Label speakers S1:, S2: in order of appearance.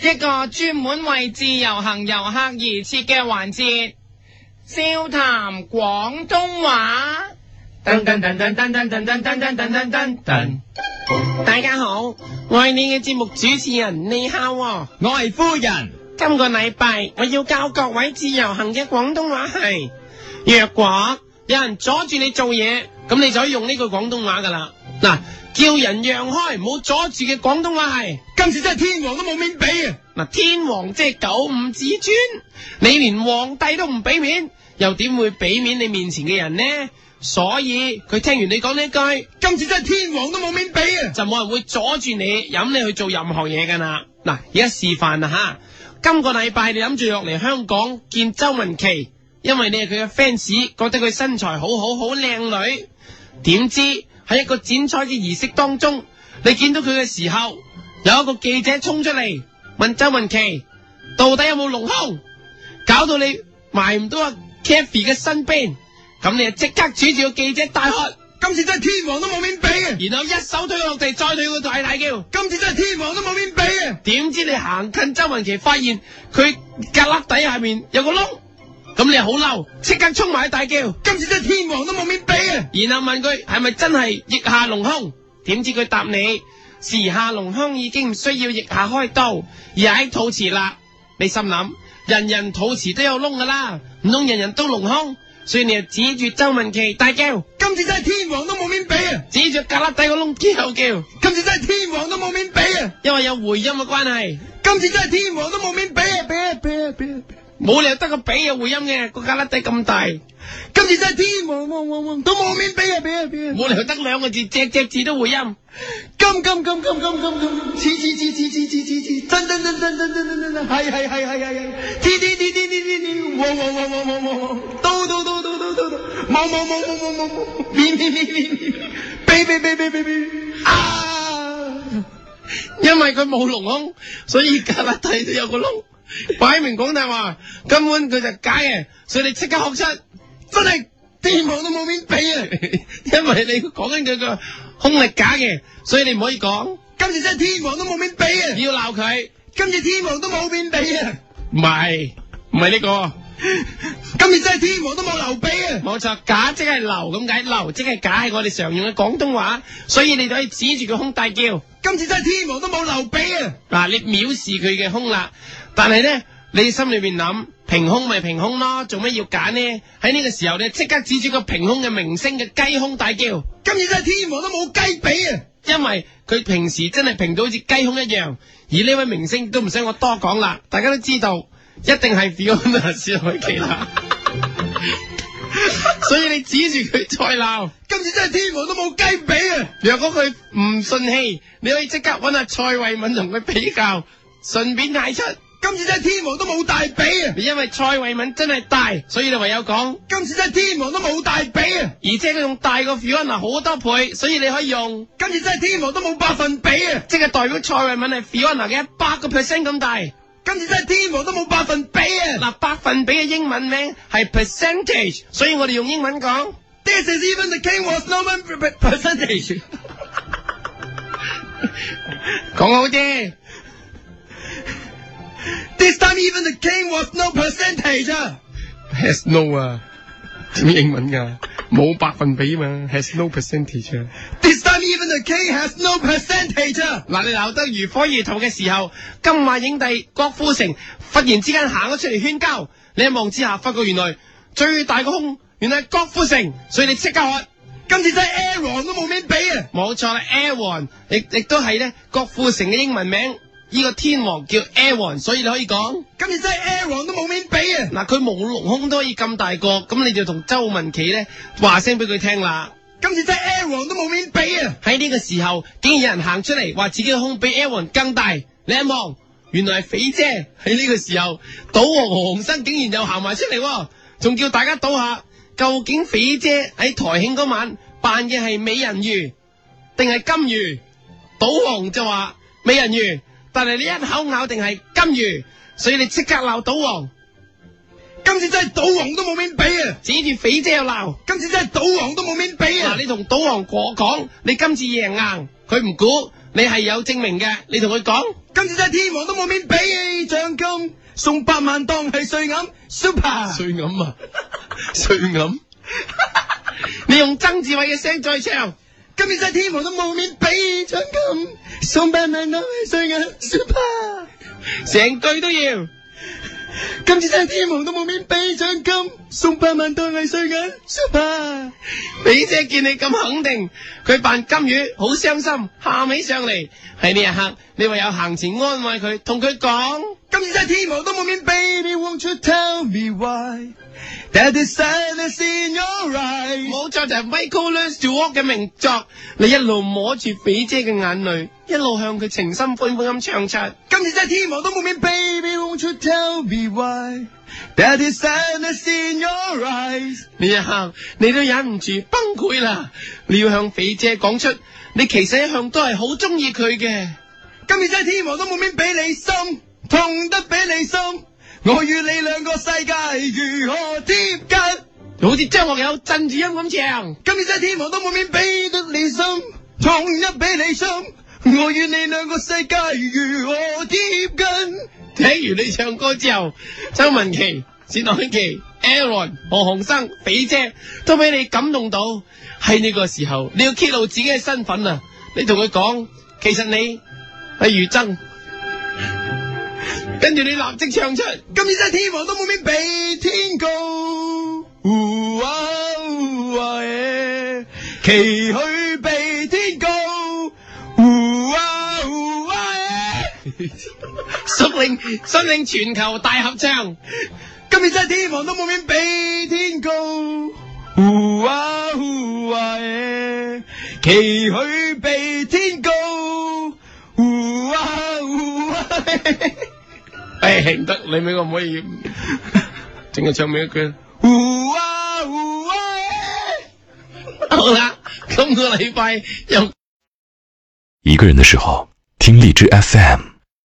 S1: 一個專門為自由行遊客而設嘅環節，笑談廣東話。
S2: 噔噔噔噔噔噔噔噔噔噔噔噔，
S1: 大家好，我係你嘅節目主持人李孝喎。
S2: 我係夫人。
S1: 今個禮拜我要教各位自由行嘅廣東話係，若果有人阻住你做嘢，咁你就可以用呢句廣東話噶啦。嗱，叫人讓開，唔好阻住嘅廣東話係。
S2: 今次真係天王都冇面俾啊！
S1: 嗱，天王即係九五至尊，你連皇帝都唔俾面，又點會俾面你面前嘅人呢？所以佢聽完你講呢句，
S2: 今次真係天王都冇面俾啊！
S1: 就冇人會阻住你，引你去做任何嘢噶啦。嗱，而家示範啦吓，今個禮拜你諗住落嚟香港見周文琪，因為你係佢嘅 fans，覺得佢身材好好好靚女。點知喺一個剪彩嘅儀式當中，你見到佢嘅時候，有一個記者衝出嚟問周文琪到底有冇隆胸，搞到你埋唔到阿 Kathy 嘅身邊，咁你就即刻指住個記者大喝。
S2: 今次真係天王都冇面俾啊！
S1: 然後一手推佢落地，再推佢大大叫。
S2: 今次真係天王都冇面俾啊！
S1: 點知你行近周文琪，發現佢格旯底下面有個窿，咁你好嬲，即刻衝埋去大叫，
S2: 今次真係天王都冇面俾啊！
S1: 然後問佢係咪真係腋下隆胸？點知佢答你時下隆胸已經唔需要腋下開刀，而喺肚臍啦。你心諗人人肚臍都有窿噶啦，唔通人人都隆胸？所以你就指住周文琪大叫，
S2: 今次真係天王都冇面俾啊！
S1: 指住格旯底個窿叫叫，
S2: 今次真係天王都冇面俾啊！
S1: 因為有回音嘅關係。
S2: 今次真係天王都冇面俾啊！俾啊俾啊俾啊！
S1: 冇理由得個比有回音嘅，個格粒底咁大，
S2: 今次真係天王王王王都冇面俾啊！俾啊俾啊！
S1: 冇理由得兩個字，隻隻字都回音。
S2: 金金金金金金金，似似似似似似似似，真真真真真真真真真，係係係係係係，天天天天天天天，旺旺旺旺旺旺旺，到到到到到到到，冇冇冇冇冇冇冇，面面面面面，俾俾俾俾俾俾，
S1: À.
S2: 啊！
S1: 因為佢冇隆胸，所以格粒底都有個窿。擺明講大話，根本佢就假嘅，所以你即刻學 出，
S2: 真係天王都冇面俾啊！
S1: 因為你講緊佢個胸力假嘅，所以你唔可以講，
S2: 今次真係天王都冇面俾啊！
S1: 要鬧佢，
S2: 今次天王都冇面俾啊！
S1: 唔係唔係呢個。
S2: 今次真係天王都冇劉備啊！
S1: 冇錯，假即係流咁解，流即係假係我哋常用嘅廣東話，所以你就可以指住佢胸大叫。
S2: 今次真係天王都冇劉備啊！
S1: 嗱、你藐視佢嘅胸啦，但係咧，你心裏邊諗平胸咪平胸咯，做咩要揀呢？喺呢個時候咧，即刻指住個平胸嘅明星嘅雞胸大叫，
S2: 今次真係天王都冇雞髀啊！
S1: 因為佢平時真係平到好似雞胸一樣。而呢位明星都唔使我多講啦，大家都知道，一定係 Fiona 薛凱琪啦。 所以你指住佢再鬧，
S2: 今次真係天王都冇雞髀啊！
S1: 若果佢唔順氣，你可以即刻揾阿蔡慧敏同佢比較，順便嗌出。
S2: 今次真係天王都冇大髀啊！
S1: 因為蔡慧敏真係大，所以你唯有講，
S2: 今次真係天王都冇大髀啊！
S1: 而且佢仲大過 Fiona 好多倍，所以你可以用，
S2: 今次真係天王都冇百分比啊！
S1: 即係代表蔡慧敏係 Fiona 嘅一百個 percent 咁大。
S2: 今次真係天王都冇百分比啊
S1: 嗱，百分比嘅英文名係 percentage，所以我哋用英文講，
S2: ！This is even the king was no man per- per- percentage。
S1: 講好啲。
S2: This time even the king was no percentage 啊！
S1: Has no 啊，點英文噶？冇百分比嘛，has no percentage 啊。
S2: This time even the king has no percentage 啊！
S1: 嗱，你鬧得如火如荼嘅時候，金馬影帝郭富城忽然之間行咗出嚟圈交，你一望之下發覺原來最大個胸原來係郭富城，所以你即刻喝。
S2: 今次真係 Aaron 都冇面比啊！
S1: 冇錯啦，Aaron，亦亦都係咧郭富城嘅英文名，呢、個天王叫 Aaron，所以你可以講
S2: 今次真係 Aaron 都冇面比啊！
S1: 嗱，佢冇隆胸都可以咁大個，咁你就同周文琪咧話聲俾佢聽啦。
S2: 今次真係 Aaron 都冇面比啊！
S1: 喺呢個時候，竟然有人行出嚟話自己嘅胸比 Aaron 更大，你一望，原來係肥姐。喺呢個時候，賭王何鴻燊竟然又行埋出嚟喎，仲叫大家賭下，究竟肥姐喺台慶嗰晚扮嘅係美人魚定係金魚？賭王就話美人魚，但係你一口咬定係金魚，所以你即刻鬧賭王，
S2: 今次真係賭王都冇面比啊！
S1: 指住肥姐又鬧。
S2: 今次真係賭王都冇面俾
S1: 嗱，
S2: 啊！
S1: 你同賭王果講，你今次贏硬，佢唔估，你係有證明嘅，你同佢講。
S2: 今次真係天王都冇面俾獎金，送百萬當係碎銀，super！
S1: 碎揞啊，碎揞。你用曾志偉嘅聲再唱，
S2: 今次真係天王都冇面俾獎金，送百萬當係碎銀，super！
S1: 成句都要。
S2: 今次真係天王都冇面俾獎金，送百萬當係碎銀，super！
S1: 美姐見你咁肯定，佢扮金魚好傷心，喊起上嚟。喺呢一刻，你唯有行前安慰佢，同佢講。
S2: 今次真係天王都冇面俾你，Won't you tell me why？That is sadness in your eyes。
S1: 冇錯，就係 Michael Learns to Walk 嘅名作。你一路摸住肥姐嘅眼淚，一路向佢情深款款咁唱出。
S2: 今次真係天王都冇面，Baby won't you tell me why that is sadness in your eyes？
S1: 呢一刻，哎你都忍唔住崩潰啦！你要向肥姐講出，你其實一向都係好中意佢嘅。
S2: 今次真係天王都冇面俾你心，痛得比你深。我與你兩個世界如何貼近？
S1: 好似張學友震住音咁唱。
S2: 今次真係天王都冇面俾得你心，痛得比你深。我與你兩個世界如何貼近？
S1: 聽完你唱歌之後，周文琪、薛凱琪、Aaron、何鴻生、肥姐都俾你感動到。喺呢個時候，你要揭露自己嘅身份啊！你同佢講，其實你係余爭，跟住你立即唱出。
S2: 今次真係天王都冇面俾天高，呼啊呼啊耶，崎嶇比天高，呼啊呼啊耶。
S1: 率領率領全球大合唱，
S2: 今次真係天王都冇面比天高，呼啊呼啊耶，崎嶇比天高，呼啊呼啊耶，
S1: 唉、唔得，你咪我唔可以，整個唱尾一句。
S2: 呼啊呼啊耶。
S1: 好啦，今個禮拜又。
S3: 一个人的时候，听荔枝 FM。